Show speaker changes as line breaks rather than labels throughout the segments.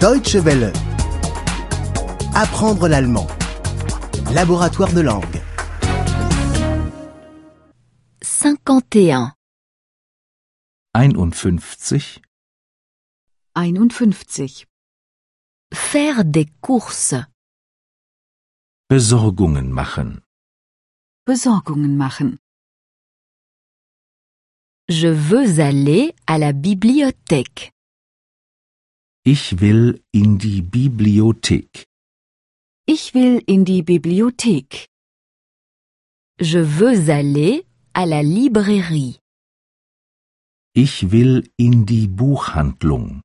Deutsche Welle. Apprendre l'allemand. Laboratoire de langue.
51.
51.
51.
Faire des courses.
Besorgungen machen.
Besorgungen machen.
Je veux aller à la bibliothèque.
Ich will in die Bibliothek.
Ich will in die Bibliothek.
Je veux aller à la librairie.
Ich will in die Buchhandlung.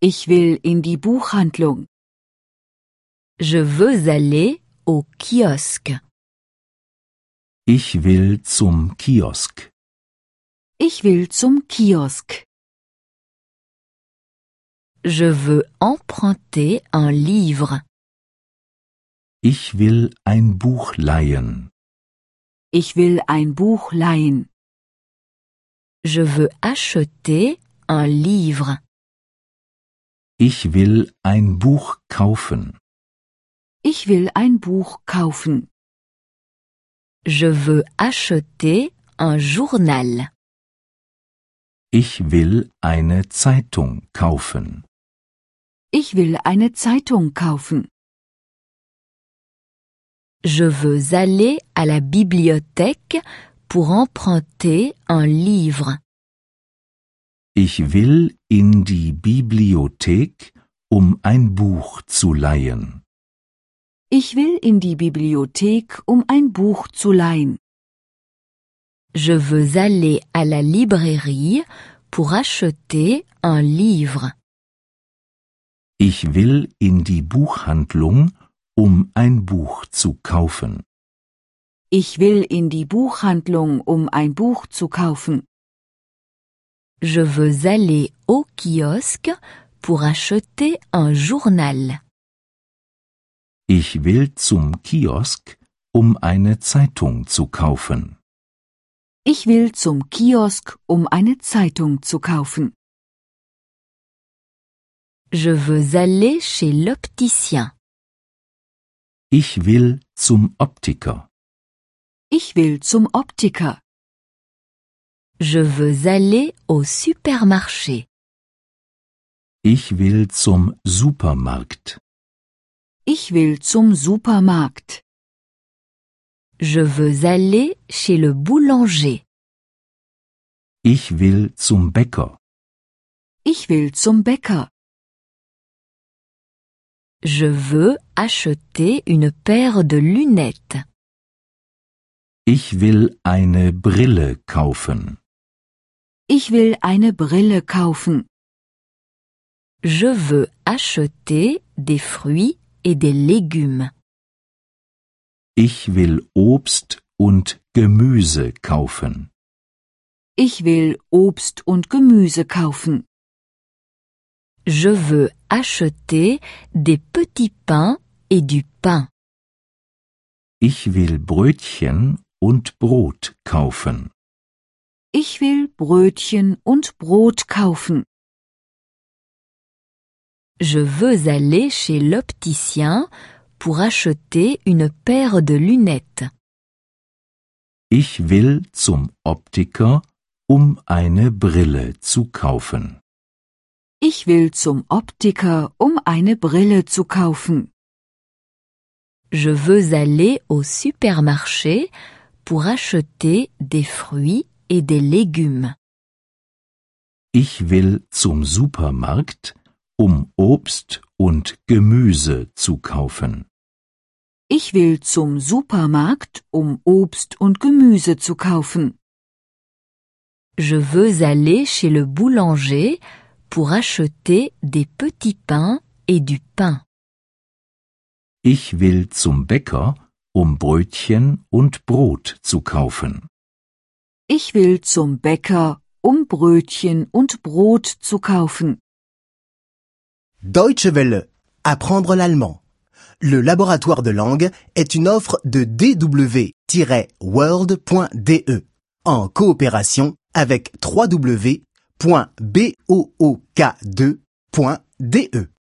Ich will in die Buchhandlung.
Je veux aller au kiosque.
Ich will zum Kiosk.
Ich will zum Kiosk.
Je veux emprunter un livre.
Ich will ein Buch leihen.
Ich will ein Buch leihen.
Je veux acheter un livre.
Ich will ein Buch kaufen.
Ich will ein Buch kaufen.
Je veux acheter un journal.
Ich will eine Zeitung kaufen.
Ich will eine Zeitung kaufen.
Je veux aller à la bibliothèque pour emprunter un livre.
Ich will in die Bibliothek, um ein Buch zu leihen.
Ich will in die Bibliothek, um ein Buch zu leihen.
Je veux aller à la librairie pour acheter un livre.
Ich will in die Buchhandlung, um ein Buch zu kaufen.
Ich will in die Buchhandlung, um ein Buch zu kaufen.
Je veux aller au kiosque pour acheter un journal.
Ich will zum Kiosk, um eine Zeitung zu kaufen.
Ich will zum Kiosk, um eine Zeitung zu kaufen.
Je veux aller chez l'opticien.
Ich will zum Optiker.
Ich will zum Optiker.
Je veux aller au supermarché.
Ich will zum Supermarkt.
Ich will zum Supermarkt.
Je veux aller chez le boulanger.
Ich will zum Bäcker.
Ich will zum Bäcker.
Je veux acheter une paire de lunettes.
Ich will eine Brille kaufen.
Ich will eine Brille kaufen.
Je veux acheter des fruits et des légumes.
Ich will Obst und Gemüse kaufen.
Ich will Obst und Gemüse kaufen.
Je veux acheter des petits pains et du pain.
Ich will Brötchen und Brot kaufen.
Ich will Brötchen und Brot kaufen.
Je veux aller chez l'opticien pour acheter une paire de lunettes.
Ich will zum Optiker, um eine Brille zu kaufen.
Ich will zum Optiker, um eine Brille zu kaufen.
Je veux aller au supermarché pour acheter des fruits et des légumes.
Ich will zum Supermarkt, um Obst und Gemüse zu kaufen.
Ich will zum Supermarkt, um Obst und Gemüse zu kaufen.
Je veux aller chez le boulanger pour acheter des petits pains et du pain.
Ich will zum Bäcker, um Brötchen und Brot zu kaufen.
Ich will zum Bäcker, um Brötchen und Brot zu kaufen.
Deutsche Welle. Apprendre l'allemand. Le laboratoire de langue est une offre de dw-world.de E en coopération avec www.book2.de.